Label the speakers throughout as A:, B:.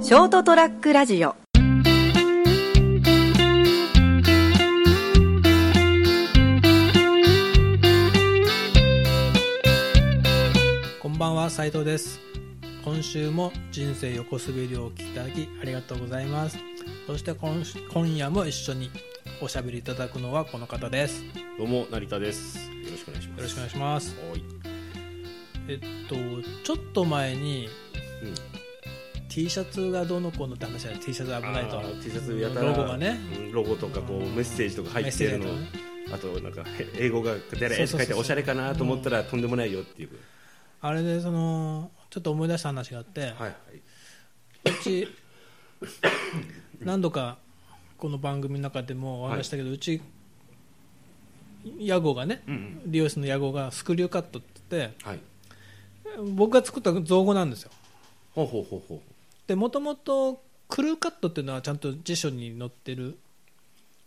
A: ショートトラックラジオ
B: こんばんは斉藤です今週も人生横滑りをお聞きいただきありがとうございますそして今週今夜も一緒におしゃべりいただくのはこの方ですよ
C: どうも成田です。よろしくお願いします。
B: ろしくお願い
C: し
B: します
C: ます。
B: えっとちょっと前に
C: おい。うん。
B: T シャツがどうのこうのって話は T シャツ危ないと
C: あー T シャツやたら
B: ロゴがね。
C: うんロゴとかこうメッセージとか入ってるの
B: メッセージ。
C: あとなんかへ英語がデレ
B: そう
C: ー
B: そうそうそう
C: って書いておしゃれかなと思ったらとんでもないよっていう。
B: あれでそのちょっと思い出した話があって、
C: はいは
B: うち何度かこの番組の中でもお話ししたけど、うち屋号がね、
C: ん
B: 利用室の屋号がスクリューカットって言って
C: いはい。
B: 僕が作った造語なんですよ
C: ほうほうほうほう。
B: でもともとクルーカットっていうのはちゃんと辞書に載ってる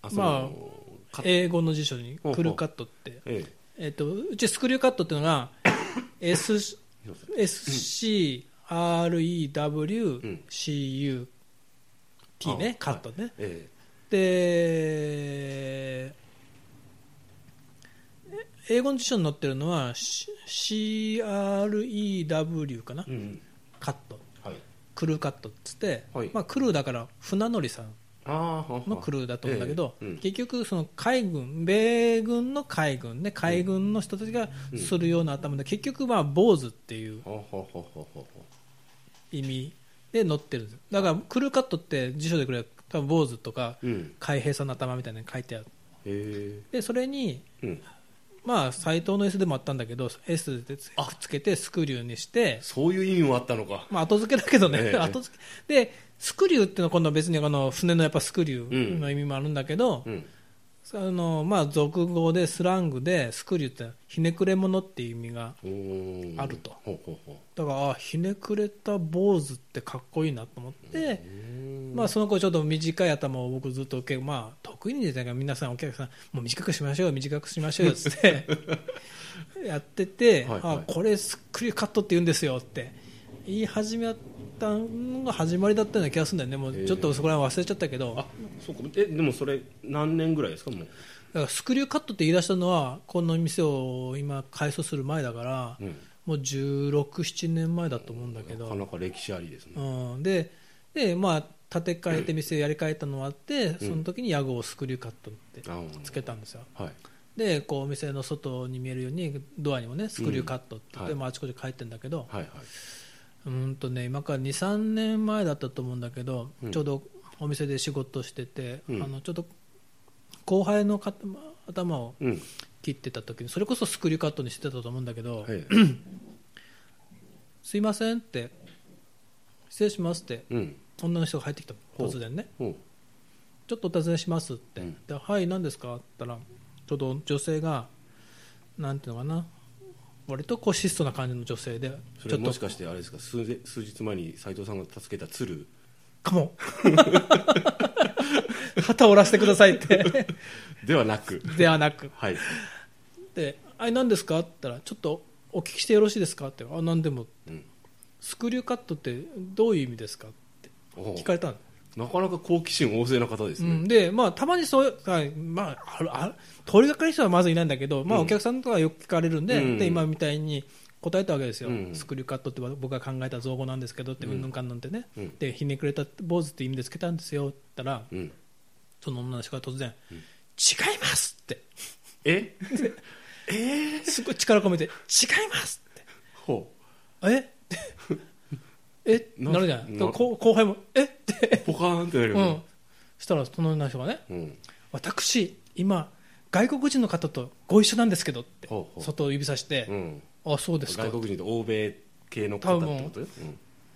C: あ
B: まあ
C: カット
B: 英語の辞書に
C: ほうほう
B: クルーカットって、
C: え
B: えっとうちスクリューカットっていうのが S-
C: え。広瀬
B: SCREWCUT ね
C: あ
B: カットね
C: え
B: で英語の辞書に載ってるのは CREW かな、
C: え。うん。
B: カット
C: はい。
B: クルーカットっつって、
C: はい
B: まあ、クルーだから船乗りさん
C: ああ。
B: のクルーだと思うんだけど、
C: ええうん
B: 結局その海軍米軍の海軍ね海軍の人たちがするような頭で、結局まあ坊主っていう
C: ほうほうほうほうほう。
B: 意味で乗ってるんですよだからクルーカットって辞書でくれ多分坊主とか
C: うん。
B: 海兵さんの頭みたいなのに書いてある
C: え
B: でそれに
C: え。うん。
B: まあ斎藤の S でもあったんだけど S でつつけてスクリューにして
C: そういう意味もあったのか。
B: まあ、後付けだけどね、
C: ええ
B: 後付けでスクリューっていうのは今度は別にあの船のやっぱスクリューの意味もあるんだけど、
C: うん。
B: あのまあ、俗語でスラングでスクリューってひねくれ者っていう意味が
C: おー
B: あると
C: ほうほうほう。
B: だからあひねくれた坊主ってかっこいいなと思って、まあ、その子ちょっと短い頭を僕ずっと受け、まあ、得意にですね皆さんお客さんもう短くしましょうよ短くしましょうよっつって やってて、
C: はいはい
B: あこれスクリューカットって言うんですよって言い始めたのが始まりだったような気がするんだよねもうちょっとそこら辺忘れちゃったけど、
C: あそうかえでもそれ何年ぐらいですかも
B: だ
C: う、
B: からスクリューカットって言い出したのはこの店を今改装する前だから、
C: うん、
B: もう1617年前だと思うんだけど
C: なかなか歴史ありですね
B: うん、でで、まあ、建て替えて店やり替えたのもあって、その時に屋号をスクリューカットって
C: あ
B: つけたんですよ
C: はい
B: でこうお店の外に見えるようにドアにもねスクリューカットって言って、
C: うんはい
B: まあ、あちこち書いてるんだけど、
C: はいはい
B: うんとね、今から23年前だったと思うんだけど、
C: うん
B: ちょうどお店で仕事してて、
C: うん
B: あのちょっと後輩のか頭を
C: うん
B: 切ってた時にそれこそスクリューカットにしてたと思うんだけど、
C: はい
B: すいませんって失礼しますって
C: うん
B: 女の人が入ってきた
C: ほう
B: 突然ね
C: ほう
B: ちょっとお尋ねしますって、
C: うん
B: ではい、何ですかって言ったら、ちょっと女性が、なんていうのかな、割とこう質素な感じの女性で、
C: そ
B: ち
C: れ
B: ょっと
C: もしかしてあれですか数日数日前に斉藤さんが助けた鶴
B: かも、 旗折らせてくださいっ て、
C: ではなく
B: ではなく、
C: はい
B: で、はい、何ですかって言ったら、ちょっとお聞きしてよろしいですかって、あ、何でも、
C: うん
B: スクリューカットってどういう意味ですかって
C: おう
B: 聞かれたの。
C: なかなか好奇心旺盛な方です
B: う
C: ね
B: ん、で、まあ、たまにそういう、はいまあ、あるある通りがかりの人はまずいないんだけど、まあ、
C: うん
B: お客さんとかよく聞かれるんで,、
C: うん
B: で今みたいに答えたわけですよ、
C: うん
B: スクリューカットって僕が考えた造語なんですけどって、
C: う
B: うんんぬんかんなんてね、
C: うん
B: でひねくれた坊主って意味でつけたんですよって言ったら、
C: うん
B: その女の人が突然、
C: うん
B: 違いますって、
C: ええー
B: すごい力込めて、違いますって、
C: ほ
B: えってえ
C: な
B: なるじゃない、
C: な
B: こう後輩も、えって、
C: うポカーンってなるよ
B: う
C: ね
B: ん、したら、その女の人がね、
C: うん
B: 私、今、外国人の方とご一緒なんですけどって
C: ほう、ほう
B: 外を指さして
C: う、ん
B: あそうですかっ
C: 外
B: て
C: 国人と欧米系の方ってことです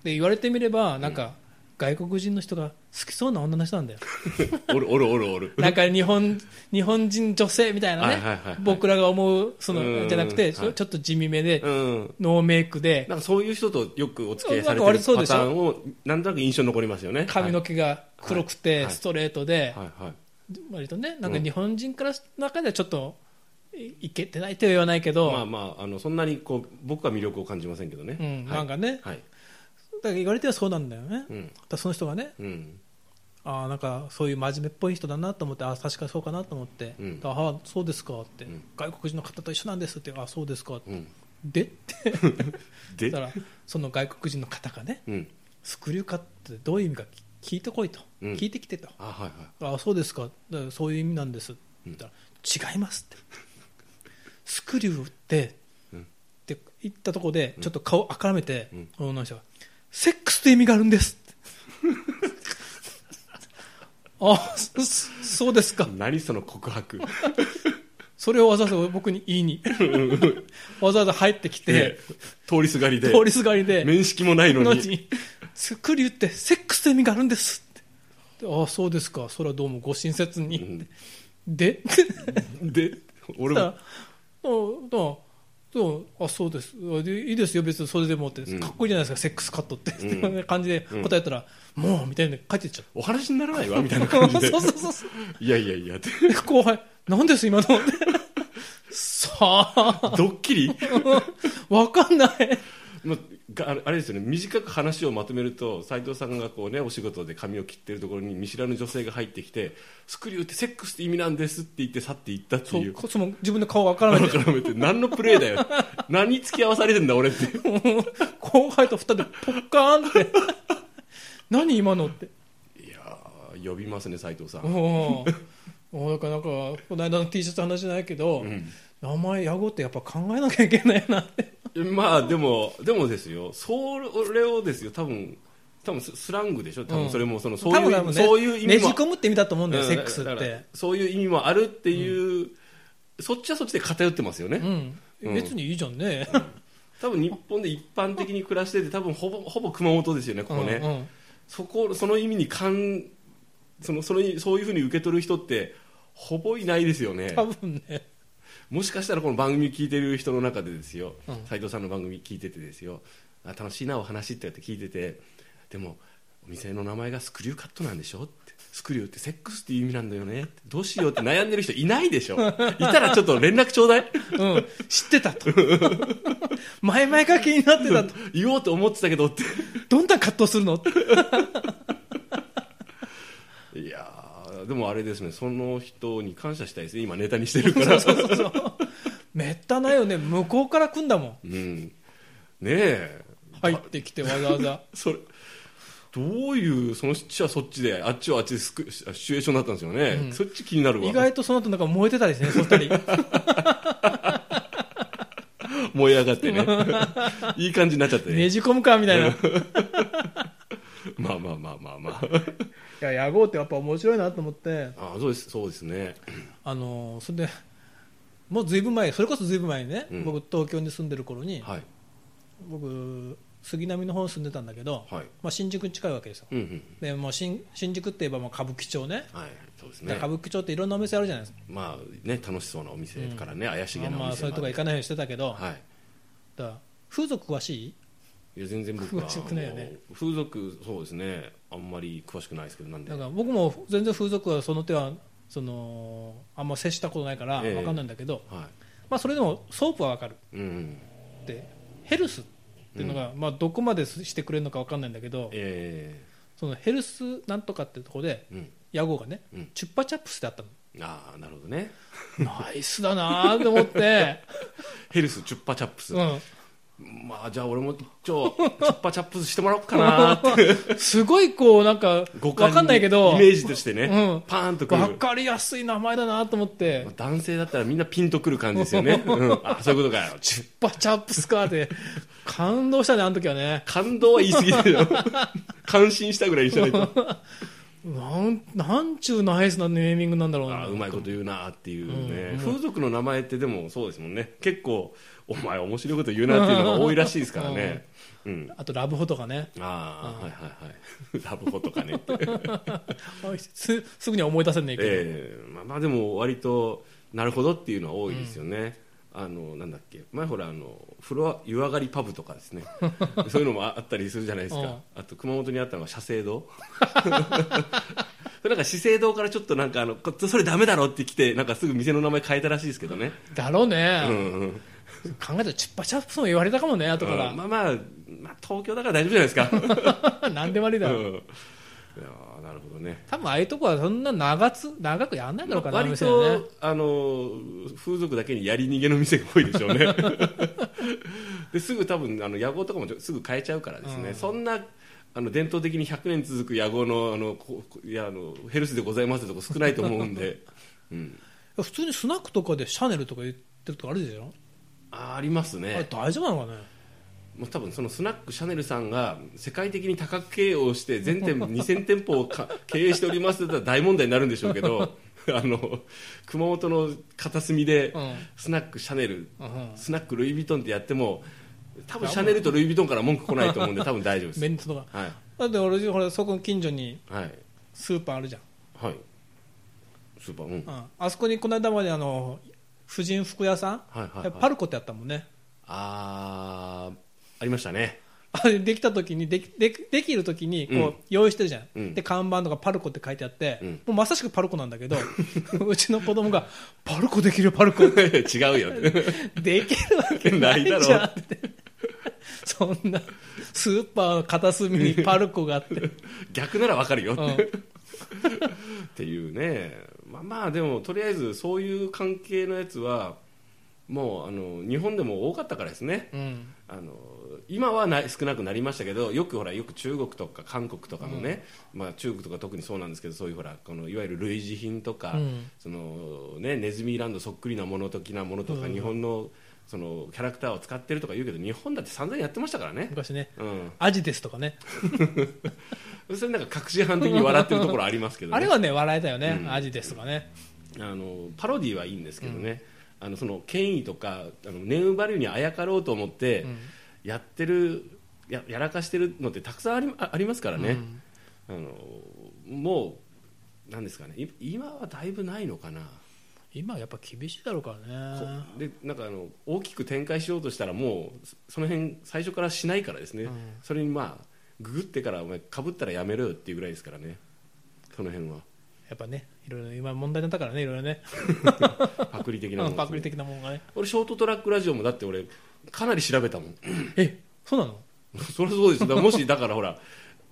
B: 言われてみれば、なんか、外国人の人が好きそうな女の人なんだ よ、
C: おるおるおるおる
B: なんか日本日本人女性みたいな
C: はいはいはいは
B: ね
C: い、
B: 僕らが思う、その
C: うん
B: じゃなくて、ち
C: は
B: ょ
C: い
B: ちょっと地味めで、
C: うん
B: ノーメイクで、
C: なんかそういう人とよくお付き合いされ
B: なんか
C: て
B: 割と
C: る
B: そうで
C: パ
B: しょ
C: ターンをなんとなく印象に残りますよね
B: 髪の毛が黒く
C: はい
B: て、
C: はい
B: ストレートで、
C: はいはい
B: 割とね、なんか日本人からの中ではちょっといいけてないとは言わないけ
C: まあ
B: ど、
C: まああのそんなにこう僕は魅力を感じませんけどね、
B: うん
C: はい
B: なんかね
C: はい
B: だから言われてはそうなんだよね、
C: うん
B: だからその人がね
C: うん
B: ああなんかそういう真面目っぽい人だなと思ってああ確かそうかなと思って、
C: うん
B: ああそうですかって、
C: うん
B: 外国人の方と一緒なんですってああそうですかって、
C: うん
B: でって
C: で
B: たらその外国人の方がね
C: うん
B: スクリューカットってどういう意味か聞いてこいと、
C: うん
B: 聞いてきてと
C: あはいは
B: ああそうですかだからそういう意味なんですって言ったら、違いますってスクリューって
C: いうん
B: って言ったところでちょっと顔を赤らめて、
C: うん
B: この人がセックスという意味があるんです ってあそそうですか
C: 何その告 白
B: それをわざわざ僕に言い にわざわざ入ってきて
C: で通りすがりで
B: 通りすがりで
C: 面識もないの
B: の
C: に
B: ちにスクリューってセックスという意味があるんですってでああそうですかそれはどうもご親切に、
C: うん
B: で
C: で俺
B: だ
C: も
B: からうんうんそうあそうですあでいいですよ、別にそれでもって、
C: うん
B: かっこいいじゃないですか、セックスカットって、
C: うん
B: って感じで答えたら、もうみたいな帰っていっちゃう
C: お話にならないわみたいな感じ で
B: そうそうそうそ
C: いやいやいやって
B: うで後輩、なんです、今のって、さあ、
C: ドッキリ
B: わかんない、
C: まあが、あれあれですよね短く話をまとめると斉藤さんがこう、ね、お仕事で髪を切ってるところに見知らぬ女性が入ってきてスクリューってセックスって意味なんですって言って去っていったって
B: そ
C: いうう
B: その自分の顔わからないで、
C: 絡めて何のプレーだよ何に付き合わされてんだ俺って
B: 後輩と二人でポッカーンって、 何、今のって。
C: いやー呼びますね斉藤さん、
B: おおだからなんかこの間の T シャツの話じゃないけど、名前やごってやっぱ考えなきゃいけないなって
C: まあでもでもですよそれをですよ多分多分ススラングでしょ多分それもその、そう
B: 多分
C: い
B: 多
C: う、
B: 分ね
C: そういう意
B: ね
C: 味
B: じ
C: も、
B: 込むって意味だと思うんだよ、
C: うん
B: セックスっ
C: だから
B: て、
C: そういう意味もあるっていう、そっちはそっちで偏ってますよね、
B: うん、
C: うん
B: 別にいいじゃんね、
C: 多分日本で一般的に暮らしてて多分ほぼほぼ熊本ですよねここね、
B: うんうん
C: そこその意味に感そのそのそういうふうに受け取る人ってほぼいないですよね
B: 多分ね
C: もしかしたらこの番組聞いてる人の中でですよ、
B: うん
C: 斉藤さんの番組聞いててですよあ楽しいなお話ってやって聞いててでもお店の名前がスクリューカットなんでしょってスクリューってセックスっていう意味なんだよねってどうしようって悩んでる人いないでしょいたらちょっと連絡ちょう だい
B: うん、知ってたと 前々から気になってたと
C: 言おうと思ってたけどって
B: どんな葛藤す るのって
C: いやーでもあれですねその人に感謝したいですね今ネタにしてるか ら
B: そうそうそうめったないよね向こうから来んだもん
C: うんねえ
B: 入ってきてわざわざ
C: それどういうそのっちはそっちであっちはあっちでスクシチュエーションだったんですよね、
B: うん
C: そっち気になるわ
B: 意外とその後なんか燃えてたり してねその二人
C: 燃え上がっ てねいい感じになっちゃってね
B: ねじ込むかみたいない
C: まあまあまあまあま
B: や野望ってやっぱ面白いなと思って
C: ああそうですそうですね
B: あのそれでもうずいぶん前それこそずいぶん前にね、
C: うん
B: 僕東京に住んでる頃に、
C: はい
B: 僕杉並の方に住んでたんだけど、
C: はい
B: まあ、新宿に近いわけですよ
C: うんうん
B: でもう新新宿って言えばもう歌舞伎町ね
C: はいそうです
B: で
C: ね
B: 歌舞伎町っていろんなお店あるじゃないですか、
C: まあね楽しそうなお店からね、怪しげなお店
B: まあ、そういうとこ
C: ま
B: は
C: で
B: 行かないようにしてたけど、
C: はい
B: だから風俗詳しい
C: いや全然僕は
B: 詳しくないよね
C: もう風俗そうですねあんまり詳しくないですけどなんで
B: だから僕も全然風俗はその手はそのあんま接したことないから
C: ええ
B: 分かんないんだけど、
C: は
B: まあ、それでもソープは分かる
C: い、うんうん、
B: ってヘルスっていうのが、まあ、どこまでしてくれるのか分かんないんだけど
C: え
B: そのヘルスなんとかってとこで
C: えうん
B: 屋号がね、
C: うん
B: チュッパチャップスってあったの
C: ああなるほどね
B: ナイスだなと思 って、
C: ヘルスチュッパチャップス、
B: うん、
C: まあじゃあ俺も一応チュッパチャップスしてもらおうかなっ て
B: すごいこうなんか分
C: 五感に
B: かんないけど
C: イメージとしてね、
B: うん
C: パーンとく
B: 分
C: る
B: かりやすい名前だなと思って
C: 男性だったらみんなピンとくる感じですよね、うん、あそういうことかよちゅ
B: バチャップスカーで感動したねあの時はね
C: 感動は言い過ぎだ よ感心したぐらいにしないと
B: なんなんちゅうナイスなネーミングなんだろう
C: あ
B: な
C: うまいこと言うなっていうね、
B: うん
C: 風俗の名前ってでもそうですもんね結構お前面白いこと言うなっていうのが多いらしいですからね、うん、
B: あとラブホとかね
C: ああはいはいはいラブホとかね
B: あすすぐには思い出せないけど、
C: ええまあ、まあでも割となるほどっていうのは多いですよね、あのなんだっけ前ほらあの風呂湯上がりパブとかですね そういうのもあったりするじゃないですか、
B: うん
C: あと熊本にあったのが社政堂 それなんか資生堂からちょっとなんかあのこそれダメだろって来てなんかすぐ店の名前変えたらしいですけどね、
B: だろうね
C: う、んうん
B: 考えたらチュッパチャップスも言われたかもね後から、
C: うんまあまあまああ東京だから大丈夫じゃないです か、うん、い
B: 何でもありだ
C: や
B: ろう、
C: ーなるほどね
B: 多分ああいうとこはそんな長つ長くやんないだろうからな、あの
C: 割
B: 店はね
C: とあの風俗だけにやり逃げの店が多いでしょう ねですぐ多分あの野号とかもちょすぐ変えちゃうからですね、
B: うん
C: そんなあの伝統的に100年続く野号のあのここいやあのヘルスでございますってとこ少ないと思うん で、うん、
B: 普通にスナックとかでシャネルとか言ってるとこあるでしょ、
C: ああります
B: あれ
C: ね
B: 大丈夫なのかね
C: もう多分そのスナックシャネルさんが世界的に多角経営をして全 店2000店舗をか経営しておりますって言ったら大問題になるんでしょうけ どあの熊本の片隅で
B: うん
C: スナックシャネル、
B: うん
C: スナックルイ・ヴィトンってやっても多分シャネルとルイ・ヴィトンから文句来ない と思うんで多分大丈夫で
B: メンツとか
C: すはい
B: だって俺ほらそこの近所に
C: はい
B: スーパーあるじゃん、
C: はいスーパーうん
B: う
C: はい
B: ん、あそこにこの間まであの婦人服屋さん、
C: はい、はい、
B: パルコってやったもんね
C: あーありましたね
B: あれできた時にできできできる時にこう、
C: うん
B: 用意してるじゃん、
C: うん
B: で看板とかパルコって書いてあって、
C: うん
B: もうまさしくパルコなんだ けどうちの子供がパルコできるよパルコ
C: 違うよ
B: できるわけないじゃん
C: ないだろう
B: ってそんなスーパーの片隅にパルコがあ って、うん
C: 逆ならわかるよ、っていうねまあまあでもとりあえずそういう関係のやつはもうあの日本でも多かったからですね
B: うん
C: あの今はない少なくなりましたけどよくほらよく中国とか韓国とかのね、まあ、中国とか特にそうなんですけどそういうほらこのいわゆる類似品とか、
B: うん
C: そのね、ネズミランドそっくりなもの的なものとか、
B: うん
C: 日本のそのキャラクターを使ってるとか言うけど日本だって散々やってましたからね、
B: 昔ね
C: うん、
B: アジですとかね
C: それなんか確信犯的に笑ってるところありますけど、ね、
B: あれはね笑えたよね、
C: うん
B: アジですとかね
C: あのパロディはいいんですけどね、あのその権威とかあのネームバリューにあやかろうと思って
B: うん
C: やってる、ややらかしてるのってたくさんありあありますからね、あのもうなんですかねい今はだいぶないのかな、
B: 今はやっぱ厳しいだろうから
C: こ
B: ね
C: でなんかあの大きく展開しようとしたらもうそその辺最初からしないからですね、
B: うん
C: それにまあググってからお前かぶったらやめろよっていうぐらいですからねその辺は
B: やっぱねいろいろ今問題になったからねいろいろね
C: パクリ的なも
B: うん
C: の
B: パクリ的なもの がね
C: 俺ショートトラックラジオもだって俺かなり調べたもん
B: えそうなの
C: そりゃそうですよだからもしだからほら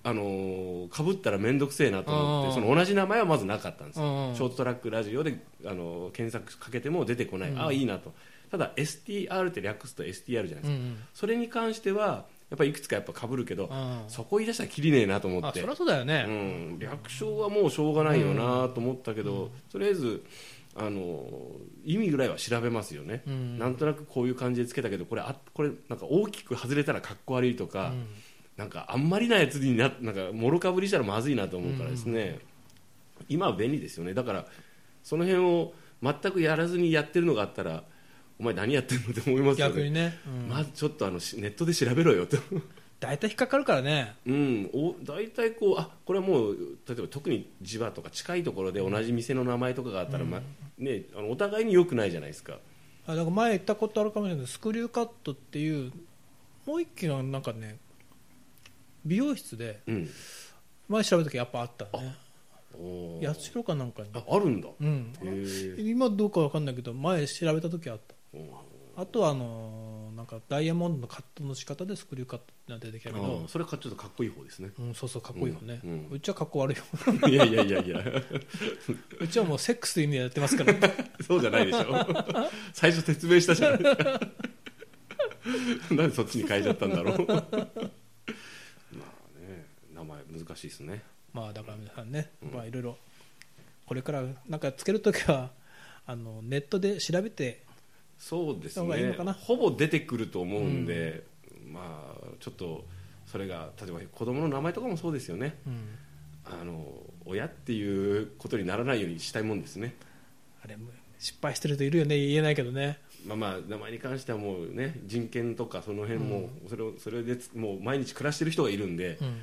C: あのかぶったら面倒くせえなと思って
B: うん
C: その同じ名前はまずなかったんですよ
B: うんうん
C: ショートトラックラジオで、あのー検索かけても出てこない、ああいいなとただ STR って略すと STR じゃないですか、
B: うんうん
C: それに関してはやっぱりいくつかやっぱかぶるけど、
B: うん
C: そこ言い出したらきりねえなと思
B: あ
C: って
B: そりゃそうだよね、
C: うん、略称はもうしょうがないよなと思ったけど、とりあえずあの意味ぐらいは調べますよね、
B: うん
C: なんとなくこういう感じでつけたけどこれあこれなんか大きく外れたらかっこ悪いとか、
B: うん
C: なんかあんまりなやつにななんかもろかぶりしたらまずいなと思うからですね、今は便利ですよねだからその辺を全くやらずにやってるのがあったらお前何やってるのって思いますよ
B: 逆に
C: ね
B: ね、うん
C: まずちょっとあのしネットで調べろよと。
B: 大体引っかかるからね
C: うん、お大体こうあこれはもう例えば特に地場とか近いところで同じ店の名前とかがあったら、まね、あのお互いに良くないじゃないですか
B: あなんか前言ったことあるかもしれないけどスクリューカットっていうもう一機のなんかね美容室で
C: うん
B: 前調べた時やっぱあったね
C: おー
B: 八代かなんかに
C: ああるんだ、
B: う
C: へ
B: ん
C: え
B: 今どうかわかんないけど前調べた時あった
C: おー
B: あとはあのーなんかダイヤモンドのカットの仕方でスクリューカットってのが出てきたけ
C: あ
B: ど
C: ー、それかちょっとかっこいい方ですね
B: うん、そうそうかっこいいよね、う
C: うんうん
B: ちはかっこ悪いよ
C: いやいやいやい や
B: うちはもうセックスという意味でやってますから
C: そうじゃないでしょ最初説明したじゃ ないですかなんでそっちに変えちゃったんだろ うまあね名前難しいですね
B: まあだから皆さんね、まあいろいろこれからなんかつける時はあのネットで調べて
C: そうです
B: のがいいの
C: ね
B: かな
C: ほぼ出てくると思うんで、まあちょっとそれが例えば子供の名前とかもそうですよね
B: うん
C: あの親っていうことにならないようにしたいもんですね
B: あれ失敗してる人いるよね言えないけどね
C: まあまあ名前に関してはもうね人権とかその辺もそれをそれでつもう毎日暮らしてる人がいるんで、
B: うん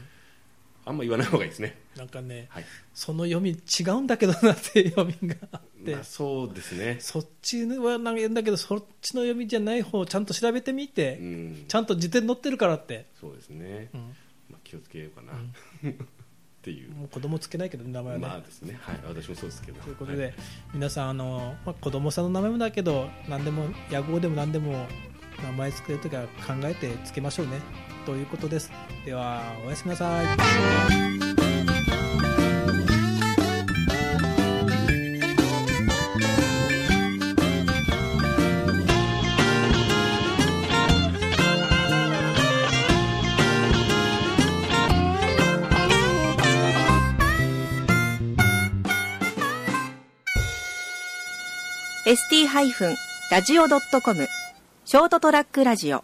C: あんま言わない方がいいですね
B: なんかね
C: はい、
B: その読み違うんだけどなって いう読みがあって、
C: まあ、そうですね
B: そっちはなんか言うんだけどそっちの読みじゃない方をちゃんと調べてみて、
C: うん
B: ちゃんと辞典載ってるからって、
C: そうですね、
B: うん
C: まあ、気をつけようかな、
B: ん
C: っていう
B: もう子供つけないけどね名前はね、
C: まあですねはい私もそうですけど
B: ということで、
C: は
B: 皆さんあの、まあ、子供さんの名前もだけど何でも野号でも何でも名前つけるときは考えてつけましょうねということですではおやすみなさい
A: ー ST-radio.com ショートトラックラジオ